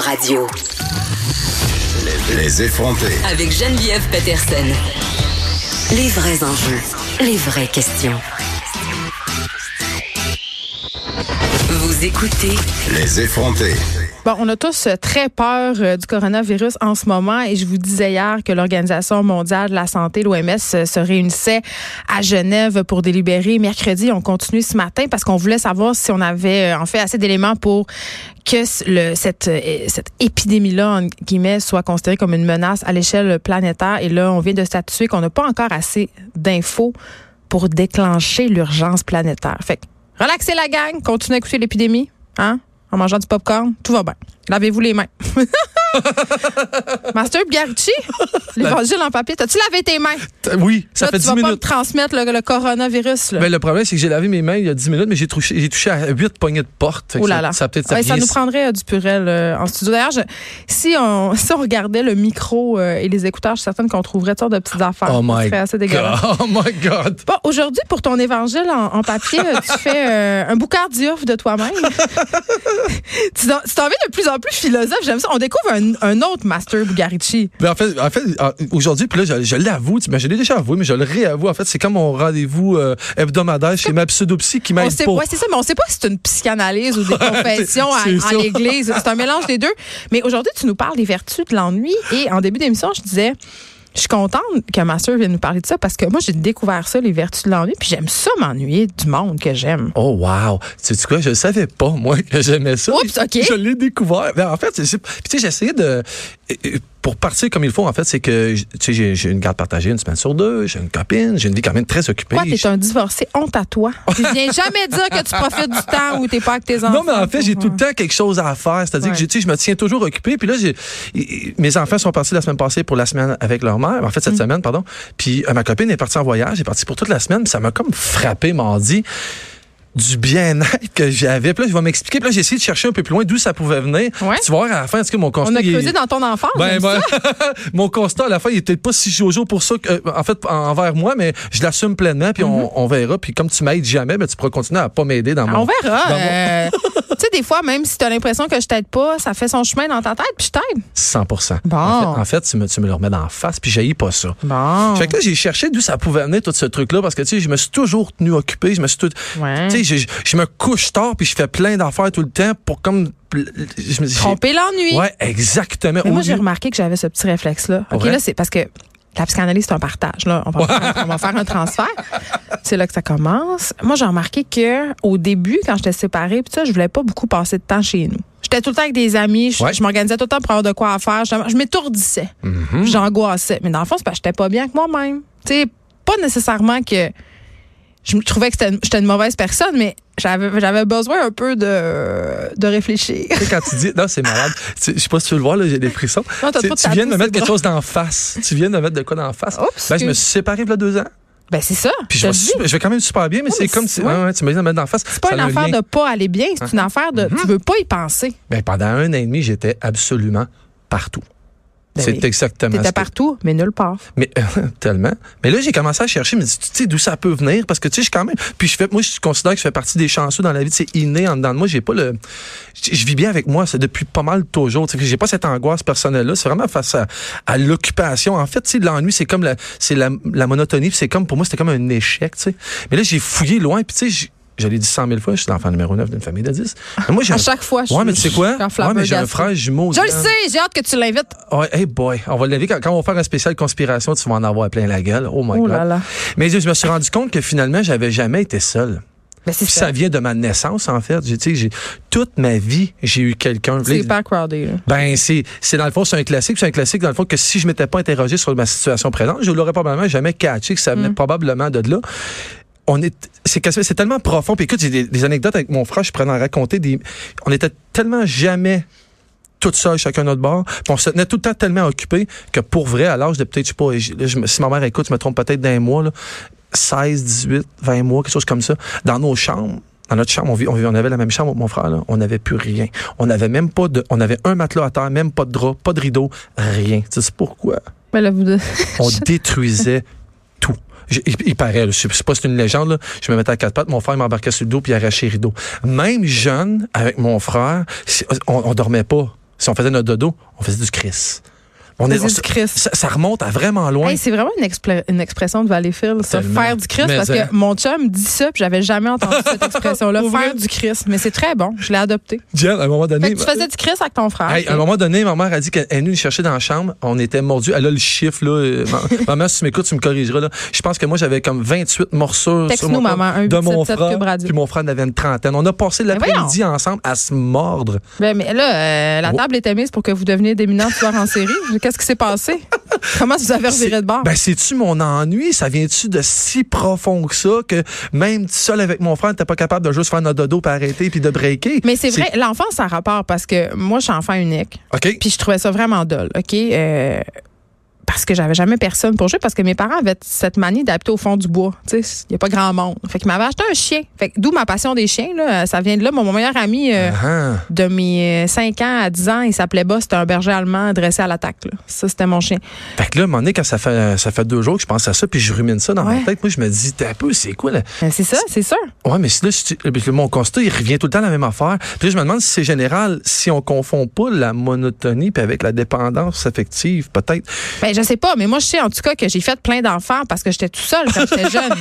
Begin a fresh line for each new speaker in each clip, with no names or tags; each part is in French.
Radio.
Les, les effronter.
Avec Geneviève Peterson. Les vrais enjeux, les vraies questions. Vous écoutez
Les effronter.
Bon, on a tous euh, très peur euh, du coronavirus en ce moment et je vous disais hier que l'Organisation mondiale de la santé, l'OMS, euh, se réunissait à Genève pour délibérer mercredi. On continue ce matin parce qu'on voulait savoir si on avait euh, en fait assez d'éléments pour que c- le, cette, euh, cette épidémie-là, en guillemets, soit considérée comme une menace à l'échelle planétaire. Et là, on vient de statuer qu'on n'a pas encore assez d'infos pour déclencher l'urgence planétaire. Fait que relaxez la gang, continuez à écouter l'épidémie, hein, en mangeant du popcorn, tout va bien. Lavez-vous les mains. Master Biarucci, l'évangile en papier, t'as-tu lavé tes mains?
T- Oui, ça
Là,
fait
tu vas
10
pas me
minutes.
transmettre le, le coronavirus. Là.
Ben, le problème, c'est que j'ai lavé mes mains il y a 10 minutes, mais j'ai touché, j'ai touché à 8 poignées de porte. Fait que
Oh là
ça-
là.
Ça, a peut-être ça
Ouais,
rien-
nous prendrait euh, du purel euh, en studio. D'ailleurs, je- si, on, si on regardait le micro euh, et les écouteurs, je suis certaine qu'on trouverait toutes sortes de petites affaires. Ce
Oh my
serait assez dégueulasse.
God. Oh my God.
Bon, aujourd'hui, pour ton évangile en, en papier, euh, tu fais euh, un boucard d'iof de toi-même. tu t'en- tu t'en viens de plus en plus philosophe. J'aime ça. On découvre un, un autre Master Bugarici.
Ben, en fait, en fait en- aujourd'hui, puis là, je, je l'avoue, tu- ben, je l'ai déjà avoué, mais je le réavoue. En fait, c'est comme mon rendez-vous euh, hebdomadaire chez ma pseudopsie qui
On
m'aide
sait,
pas.
ouais, c'est ça, mais on sait pas si c'est une psychanalyse ou des confessions à,
C'est
à
ça.
l'église. C'est un mélange des deux. Mais aujourd'hui, tu nous parles des vertus de l'ennui. Et en début d'émission, je disais, je suis contente que ma sœur vienne nous parler de ça parce que moi, j'ai découvert ça, les vertus de l'ennui. Puis j'aime ça m'ennuyer du monde que j'aime.
Oh wow! Tu sais quoi, je savais pas, moi, que j'aimais ça.
Oups, OK.
Je l'ai découvert. Ben, en fait, c'est- c'est- puis tu sais, j'ai essayé de... Pour partir comme il faut, en fait, c'est que tu sais, j'ai- j'ai une garde partagée une semaine sur deux, j'ai une copine, j'ai une vie quand même très occupée.
Quoi, t'es un divorcé, honte à toi. Tu Ben, viens jamais dire que tu profites du temps où t'es pas avec tes enfants.
Non, mais en fait, j'ai tout le temps quelque chose à faire. C'est-à-dire
Ouais.
que j'ai- tu sais, je me tiens toujours occupé. Puis là, j'ai- i- i- mes enfants sont partis la semaine passée pour la semaine avec leur mère. En fait,
Mm.
cette semaine, pardon. Puis euh, ma copine est partie en voyage. Elle est partie pour toute la semaine. Puis ça m'a comme frappé mardi du bien-être que j'avais. Puis là, je vais m'expliquer. Puis là, j'ai essayé de chercher un peu plus loin d'où ça pouvait venir.
Ouais.
Tu vas voir, à la fin, est-ce que mon constat...
On a
il est-
creusé dans ton enfance.
ben,
j'aime
ben,
ça.
mon constat à la fin, il était pas si jojo pour ça, que, euh, en fait, en- envers moi, mais je l'assume pleinement, puis on- on, verra. Puis comme tu m'aides jamais, ben, tu pourras continuer à pas m'aider dans mon...
Mm-hmm. On verra.
dans mon-
euh,
ben,
tu sais, des fois, même si t'as l'impression que je t'aide pas, ça fait son chemin dans ta tête, puis je t'aide.
100
Bon.
En fait, en fait, tu, me, tu me le remets dans la face, puis j'ai pas ça.
Bon.
Fait que là, j'ai cherché d'où ça pouvait venir tout ce truc-là, parce que tu sais, je me suis toujours tenu occupé, je me suis tout,
Ouais.
tu sais, je, je- je me couche tard, puis je fais plein d'affaires tout le temps pour comme, je me dis,
Tromper l'ennui.
ouais, exactement.
Mais
Au
moi, j'ai
lieu-
remarqué que j'avais ce petit réflexe-là. OK,
Ouais.
là, c'est parce que la psychanalyse, c'est un partage. Là. On, va faire, on va faire un transfert. C'est là que ça commence. Moi, j'ai remarqué que au début, quand j'étais séparée, puis ça, je voulais pas beaucoup passer de temps chez nous. J'étais tout le temps avec des amis. Je,
Ouais.
je m'organisais tout le temps pour avoir de quoi à faire. Je, je m'étourdissais. J'angoissais. Mais dans le fond, c'est parce que j'étais pas bien avec moi-même. Tu sais, pas nécessairement que je me trouvais que c'était une- j'étais une mauvaise personne, mais j'avais j'avais besoin un peu de, de réfléchir.
Tu sais, quand tu dis, non, c'est malade. Tu- Je sais pas si tu veux le voir, là, j'ai des frissons.
Non, t'as
Tu,
pas de
tu viens de me
tatou,
mettre
c'est
quelque chose d'en face. Tu viens de me mettre de quoi d'en face.
Oups,
ben, je me
excuse.
suis séparé il y a deux ans.
Ben, c'est ça.
Puis
te
je, vais
le dis.
super- je vais quand même super bien, mais c'est
Oh, mais
comme
c'est-
si, ouais, ouais, tu me dis de me mettre d'en face.
C'est pas une affaire de pas aller bien, c'est
Uh-huh.
une affaire de
Mm-hmm.
tu veux pas y penser.
Ben, pendant un an et demi, j'étais absolument partout.
Ben
c'est
oui.
exactement
T'étais
ce que-
partout, mais nulle part.
Mais euh, tellement. Mais là, j'ai commencé à chercher, mais tu sais d'où ça peut venir parce que tu sais je suis quand même puis je fais moi je considère que je fais partie des chanceux dans la vie, c'est inné en dedans de moi, j'ai pas le je je vis bien avec moi, c'est depuis pas mal toujours, tu sais j'ai pas cette angoisse personnelle là, c'est vraiment face à, à l'occupation. En fait, tu sais l'ennui, c'est comme la c'est la, la monotonie, puis c'est comme pour moi c'était comme un échec, tu sais. Mais là, j'ai fouillé loin puis tu sais j'ai- je l'ai dit cent mille fois, je suis l'enfant numéro 9 d'une famille de 10. Mais moi, j'ai
À
un-
chaque fois, je
Ouais,
suis-
mais tu sais quoi?
je suis en
Ouais, mais j'ai
flabbergasté.
un frère jumeau.
Je le
Dan.
sais, j'ai hâte que tu l'invites.
Ouais, Oh, hey boy, on va lever quand, quand on va faire un spécial conspiration, tu vas en avoir plein la gueule. Oh my
Oh
god.
là là.
Mais je me suis rendu compte que finalement, j'avais jamais été seul.
Ben, c'est
Puis ça
ça.
vient de ma naissance en fait. J'ai, tu sais, j'ai toute ma vie, j'ai eu quelqu'un.
C'est hyper crowded. là.
Ben c'est c'est dans le fond c'est un classique, c'est un classique dans le fond que si je m'étais pas interrogé sur ma situation présente, je l'aurais probablement jamais catché que ça venait
Mm.
probablement de là. On est c'est quasi- c'est tellement profond. Puis écoute, j'ai des, des anecdotes avec mon frère, je prenais à en raconter des on était tellement jamais tout seul, chacun notre bord. Puis on se tenait tout le temps tellement occupés que pour vrai, à l'âge de peut-être, je sais pas, je- là, je me- si ma mère écoute, je me trompe peut-être d'un mois, là, 16, 18, 20 mois, quelque chose comme ça, dans nos chambres, dans notre chambre, on, vit- on, vit- on avait la même chambre, mon frère, là, on n'avait plus rien. On n'avait même pas de, on avait un matelas à terre, même pas de drap, pas de rideau, rien. Tu sais pourquoi?
Mais là, vous deux-
On détruisait tout. J'ai- Il, il paraît, là, je sais pas si c'est une légende, là, je me mettais à quatre pattes, mon frère il m'embarquait sur le dos puis il arrachait les rideaux. Même jeune, avec mon frère, si- on, on dormait pas. Si on faisait notre dodo, on faisait du Chris. On
Faisait du Chris.
Ça, ça remonte à vraiment loin.
Hey, c'est vraiment une, expla- une expression de Valleyfield, ça.
Tellement.
Faire du Chris,
Mais
parce
hein.
que mon chum dit ça, puis j'avais jamais entendu cette expression-là.
Pour vrai?
Faire du Chris. Mais c'est très bon. Je l'ai adopté.
Jen, à un moment donné.
Fait que tu faisais du Chris avec ton frère.
Hey, à un moment donné, ma mère a dit qu'elle est venue nous chercher dans la chambre. On était mordus. Elle a le chiffre, là. Euh, ma- maman, si tu m'écoutes, tu me corrigeras, là. Je pense que moi, j'avais comme 28 morsures sur
Texte-nous,
mon corps
maman, un
de
877
mon
Cube
frère.
Radio.
Puis mon frère en avait une trentaine. On a passé l'après-midi ensemble à se mordre.
Ben, mais là, euh, la table était mise pour que vous deveniez dominante soir en série. Qu'est-ce qui s'est passé? Comment vous avez reviré de bord?
Ben, c'est-tu mon ennui? Ça vient-tu de si profond que ça que même seul avec mon frère, t'es pas capable de juste faire notre dodo puis arrêter puis de breaker?
mais c'est vrai, l'enfance, ça a rapport parce que moi, je suis enfant unique.
OK.
Puis je trouvais ça vraiment dole, OK? Euh, parce que j'avais jamais personne pour jouer, parce que mes parents avaient cette manie d'habiter au fond du bois. Tu sais, il n'y a pas grand monde. Fait qu'ils m'avaient acheté un chien. Fait que d'où ma passion des chiens, là. Ça vient de là. Mon, mon meilleur ami euh,
Ah,
de mes 5 ans à 10 ans, il s'appelait Boss. C'était un berger allemand dressé à l'attaque, là. Ça, c'était mon chien.
Fait que là, à un moment donné, quand ça fait, ça fait deux jours que je pense à ça puis je rumine ça dans
Ouais.
ma tête, moi, je me dis, t'es un peu, c'est quoi, là?
Mais Euh, c'est ça, c'est sûr.
Ouais, mais si là, si tu- puis mon constat, il revient tout le temps à la même affaire. Puis là, je me demande si c'est général, si on confond pas la monotonie puis avec la dépendance affective, peut-être.
Ben, je sais pas, mais moi, je sais en tout cas que j'ai fait plein d'enfants parce que j'étais tout seul quand j'étais jeune.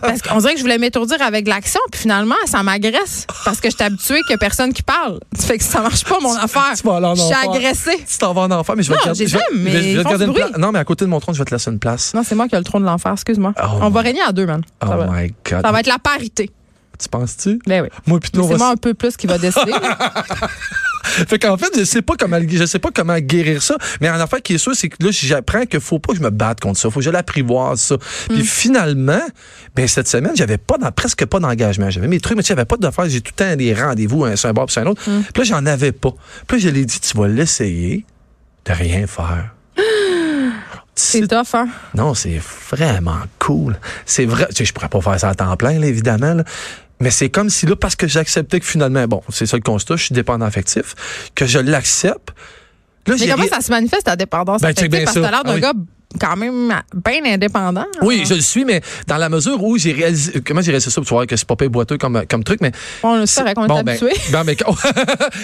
parce qu'on dirait que je voulais m'étourdir avec l'action, puis finalement, ça m'agresse parce que j'étais habituée qu'il y a personne qui parle. Ça fait que ça marche pas, mon affaire.
tu vas aller en
Ah, Je suis
enfer.
agressée.
Tu t'en vas en enfer, mais je vais
Non,
te
j'ai
garder, je vais-
j'aime, mais
je vais te
ils font
garder
du
une
bruit.
place. Non, mais à côté de mon trône, je vais te laisser une place.
Non, c'est moi qui ai le trône de l'enfer, excuse-moi.
Oh
on va
my-
régner en deux, man.
Oh
Ça, va.
my God.
Ça va être la parité.
Tu penses-tu?
Ben oui.
Moi, puis
Mais
nous, on
c'est
va
moi un peu plus qui va décider. là.
Fait qu'en fait, je sais pas comment le- je sais pas comment guérir ça, mais en affaire qui est sûr, c'est que là, j'apprends qu'il faut pas que je me batte contre ça, faut que je l'apprivoise ça. Puis finalement, ben cette semaine, j'avais pas d'en- presque pas d'engagement, j'avais mes trucs, mais tu sais, j'avais pas d'affaires, j'ai tout le temps des rendez-vous un sur un bar puis sur un autre. Puis là, j'en avais pas. Puis là, je l'ai dit, tu vas l'essayer de rien faire.
c'est
C'est-
tough, hein?
non, c'est vraiment cool. C'est vrai. Tu sais, je pourrais pas faire ça à temps plein, là, évidemment. là. Mais c'est comme si là, parce que j'acceptais que finalement, bon, c'est ça le constat, je suis dépendant affectif, que je l'accepte. Là,
Mais
j'ai
comment
ri-
ça se manifeste, la dépendance
Ben,
affective?
check bien
Parce que
ça.
t'as l'air d'un
Ah oui.
gars quand même bien indépendant. hein.
Oui, je le suis, mais dans la mesure où j'ai réalisé. Comment j'ai réalisé ça? Tu vois que c'est pas pire boiteux comme, comme truc, mais
On le sait, on est
Bon, ben,
habitué.
ben, mais, quand-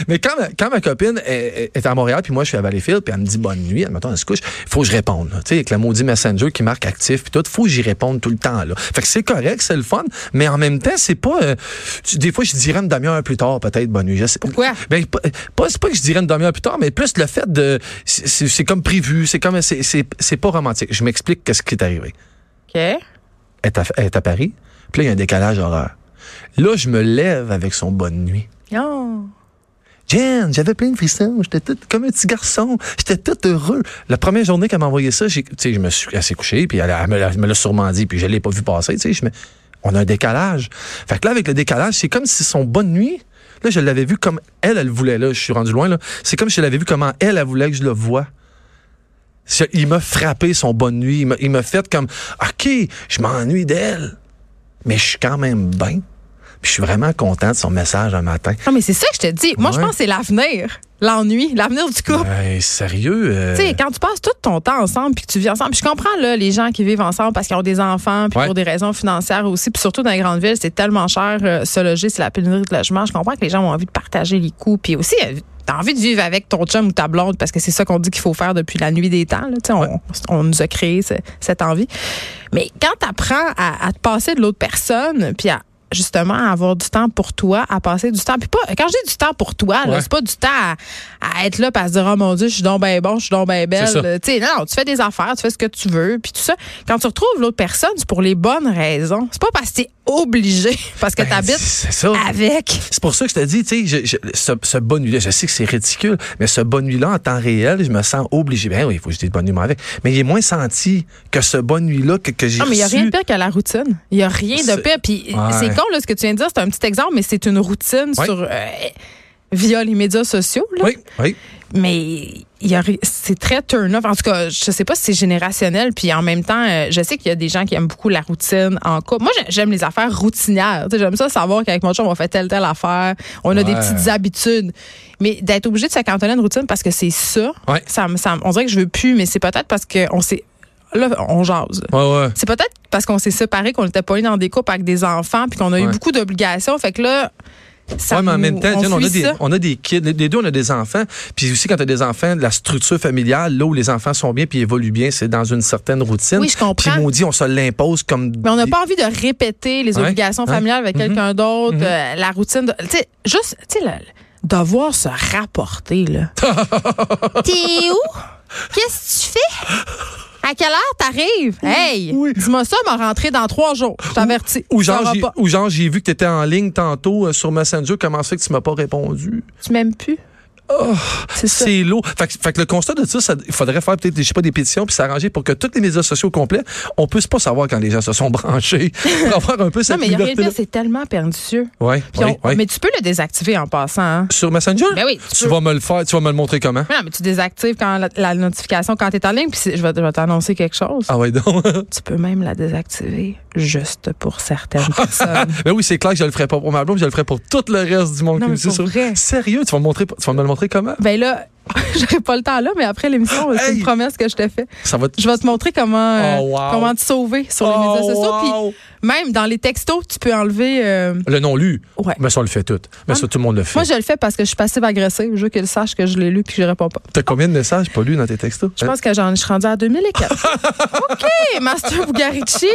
mais quand, ma, quand ma copine est, est à Montréal, puis moi je suis à Valleyfield, puis elle me dit bonne nuit, admettons, elle se couche, faut que je réponde. là. Tu sais, avec le maudit Messenger qui marque actif, puis tout, faut que j'y réponde tout le temps. Là. Fait que c'est correct, c'est le fun, mais en même temps, c'est pas. euh, tu- des fois, je dirais une demi-heure plus tard, peut-être, bonne nuit. Je sais-
Pourquoi?
Ben, pas, pas- c'est pas que je dirais une demi-heure plus tard, mais plus le fait de. C'est c'est comme prévu, c'est comme. c'est- C'est c'est pas romantique. Je m'explique qu'est-ce qui est arrivé
OK.
est à, est à Paris. Puis là, il y a un décalage horaire. Là, je me lève avec son bonne nuit.
Oh.
Jen, j'avais plein de frissons. J'étais tout comme un petit garçon. J'étais tout heureux. La première journée qu'elle m'a envoyé ça, j'ai- tu sais, je me suis assez couché, puis elle, elle me l'a- elle me l'a sûrement dit, puis je l'ai pas vu passer. tu sais, je me- on a un décalage. Fait que là, avec le décalage, c'est comme si son bonne nuit, là, je l'avais vu comme elle, elle voulait. Là, je suis rendu loin. là. C'est comme si je l'avais vu comment elle, elle voulait que je le voie. Je- il m'a frappé son bonne nuit. Il m'a- Il m'a fait comme, OK, je m'ennuie d'elle, mais je suis quand même bien. Puis je suis vraiment content de son message un matin.
Non, mais c'est ça que je te dis. Moi, je
Ouais.
pense que c'est l'avenir. L'ennui, l'avenir du couple.
Ben, sérieux. euh,
Tu sais, quand tu passes tout ton temps ensemble puis que tu vis ensemble, puis je comprends là, les gens qui vivent ensemble parce qu'ils ont des enfants puis
Ouais.
pour des raisons financières aussi, puis surtout dans les grandes villes, c'est tellement cher euh, se loger, c'est la pénurie de logement. Je comprends que les gens ont envie de partager les coûts puis aussi euh, t'as envie de vivre avec ton chum ou ta blonde parce que c'est ça qu'on dit qu'il faut faire depuis la nuit des temps. là. Tu sais, On, on nous a créé ce- cette envie. Mais quand t'apprends à, à te passer de l'autre personne puis à justement à avoir du temps pour toi, à passer du temps. Puis pas, quand je dis du temps pour toi, là,
Ouais.
c'est pas du temps à, à être là, puis à se dire, oh mon Dieu, je suis donc ben bon, je suis donc ben
C'est ça.
belle. Tu sais, non, tu fais des affaires, tu fais ce que tu veux, puis tout ça. Quand tu retrouves l'autre personne, c'est pour les bonnes raisons. C'est pas parce que t'es obligé, parce que
ben,
t'habites
C'est ça.
avec.
C'est pour ça que je te dis, tu sais, je- je- ce, ce bonne nuit-là, je sais que c'est ridicule, mais ce bonne nuit-là, en temps réel, je me sens obligé. Ben oui, il faut que je dise bonne nuit avec. Mais il est moins senti que ce bonne nuit-là que, que j'ai
Non, Ah, mais il n'y a
reçu.
rien de pire que la routine. Il n'y a rien de
C'est-
pire. Puis
Ouais.
c'est con, là, ce que tu viens de dire. C'est un petit exemple, mais c'est une routine
Ouais.
sur. euh, via les médias sociaux, là.
Oui, oui.
mais il y a ri- c'est très turn off. En tout cas, je sais pas si c'est générationnel. Puis en même temps, euh, je sais qu'il y a des gens qui aiment beaucoup la routine en couple. Moi, j'ai- j'aime les affaires routinières. Tu sais, j'aime ça savoir qu'avec mon chum, on fait telle, telle affaire. On a des
Ouais.
petites habitudes. Mais d'être obligé de se cantonner à une routine parce que c'est ça,
Ouais.
ça, me- ça me- on dirait que je veux plus, mais c'est peut-être parce que on s'est. Là, on jase.
Ouais, ouais.
C'est peut-être parce qu'on s'est séparés, qu'on n'était pas eu dans des couples avec des enfants, puis qu'on a eu
Ouais.
beaucoup d'obligations. Fait que là, ça
Ouais, mais en
nous-
même temps,
on
Diane, on, a
fuit
des,
ça.
on a des kids. Les les deux, on a des enfants. Puis aussi, quand tu as des enfants, la structure familiale, là où les enfants sont bien puis évoluent bien, c'est dans une certaine routine.
Oui, je comprends.
Puis maudit, on se l'impose comme.
Mais on n'a
des-
pas envie de répéter les
Ouais,
obligations
ouais. Mm-hmm.
familiales avec
Mhm.
quelqu'un d'autre, euh, la routine. de- Tu sais, juste, tu sais, le- le- devoir se rapporter, là. T'es où? Qu'est-ce que tu fais? À quelle heure t'arrives? Hey! Dis-moi ça, m'a rentré dans trois jours. Je t'avertis.
Ou
Tu
genre,
sauras
j'ai-
pas.
ou genre, j'ai vu que tu étais en ligne tantôt euh, sur Messenger. Comment ça fait que tu m'as pas répondu?
Tu m'aimes plus? c'est ça.
Oh, C'est lourd. Fait que, fait que le constat de ça, ça- il faudrait faire peut-être, je sais pas, des pétitions puis s'arranger pour que toutes les médias sociaux complets, on puisse pas savoir quand les gens se sont branchés. pour avoir un peu
Non,
cette
mais il y a rien de
liberté-là.
pire, c'est tellement pernicieux.
Ouais,
Puis
ouais,
on-
ouais.
Mais tu peux le désactiver en passant, hein?
Sur Messenger?
Ben oui, tu
tu
peux.
vas me le faire, tu vas me le montrer comment?
Mais non, mais tu désactives quand la, la notification quand t'es en ligne, puis c'est- je vais, je vais t'annoncer quelque chose.
Ah ouais, donc.
Tu peux même la désactiver juste pour certaines personnes.
Ben oui, c'est clair que je le ferai pas pour ma blonde, je le ferai pour tout le reste du monde.
Non,
qui
mais
me suit
pour
sur-
vrai.
Sérieux, tu vas me montrer, tu vas me le montrer comment?
Ben là, j'aurai pas le temps là, mais après l'émission, c'est
Hey!
une promesse que je te fais.
Ça va te-
Je vais te montrer comment, euh,
Oh, wow.
comment te sauver sur les
Oh,
médias sociaux.
wow.
Puis même dans les textos, tu peux enlever. euh,
Le non lu.
Ouais. Ah.
Mais ça, on le fait tout. Mais ça, tout le monde le fait.
Moi, je le fais parce que je suis passive agressive. Je veux qu'ils sachent que je l'ai lu puis que je réponds pas.
T'as combien de messages pas lus dans tes textos?
Je pense que j'en je suis rendue à 2004. OK, Master Bugarici.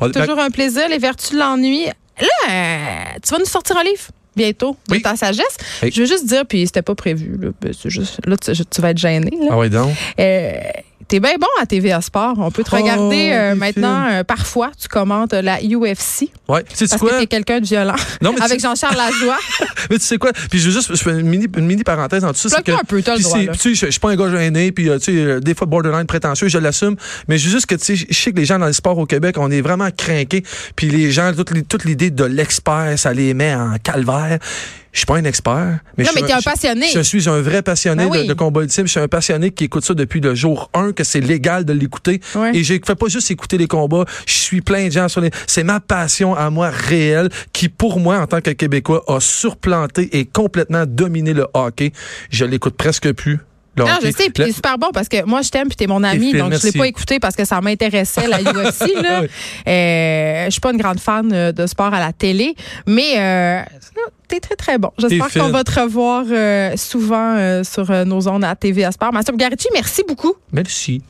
On- ben,
Toujours un plaisir. Les vertus de l'ennui. Là, euh, tu vas nous sortir un livre bientôt de
Oui.
ta sagesse.
Hey.
Je veux juste dire, puis c'était pas prévu. Là, ben, c'est juste- là, tu, tu vas être gêné. là.
Ah ouais, donc.
Euh, T'es bien bon à TVA Sport. On peut te
Oh,
regarder euh,
des
maintenant. euh, parfois, tu commentes euh, la UFC
Ouais. Tu sais
parce
quoi?
que t'es quelqu'un de violent.
Non, mais tu-
Avec Jean-Charles Lajoie.
Mais tu sais quoi? Puis je veux juste, je fais une mini, une mini parenthèse en dessous. c'est
Plaque-toi
que-
un peu, t'as le
puis
droit,
c'est-
là.
puis tu sais, je, je suis pas un gars gêné, puis euh, tu sais, euh, des fois borderline prétentieux, je l'assume. Mais je veux juste que tu sais, je- je sais que les gens dans le sport au Québec, on est vraiment craqués. Puis les gens, toute, l'i- toute l'idée de l'expert, ça les met en calvaire. Je suis pas un expert. Mais
Non,
je suis
mais t'es un passionné.
Je suis un vrai passionné
Ben
de-
oui.
de, combat ultime. Je suis un passionné qui écoute ça depuis le jour 1, que c'est légal de l'écouter.
Ouais.
Et je fais pas juste écouter les combats. Je suis plein de gens sur les. C'est ma passion à moi réelle qui, pour moi, en tant que Québécois, a surplanté et complètement dominé le hockey. Je l'écoute presque plus. le
Non, Ah, je
hockey.
sais, puis
Le-
t'es super bon parce que moi, je t'aime, puis t'es mon ami.
Phil,
donc, je
merci.
l'ai pas écouté parce que ça m'intéressait, la UFC. là.
Oui.
Euh, je suis pas une grande fan euh, de sport à la télé, mais euh, t'es très, très bon. J'espère
T'es
qu'on
fine.
va te revoir euh, souvent euh, sur euh, nos ondes à TVA Sport. Mathieu Garici, merci beaucoup.
Merci.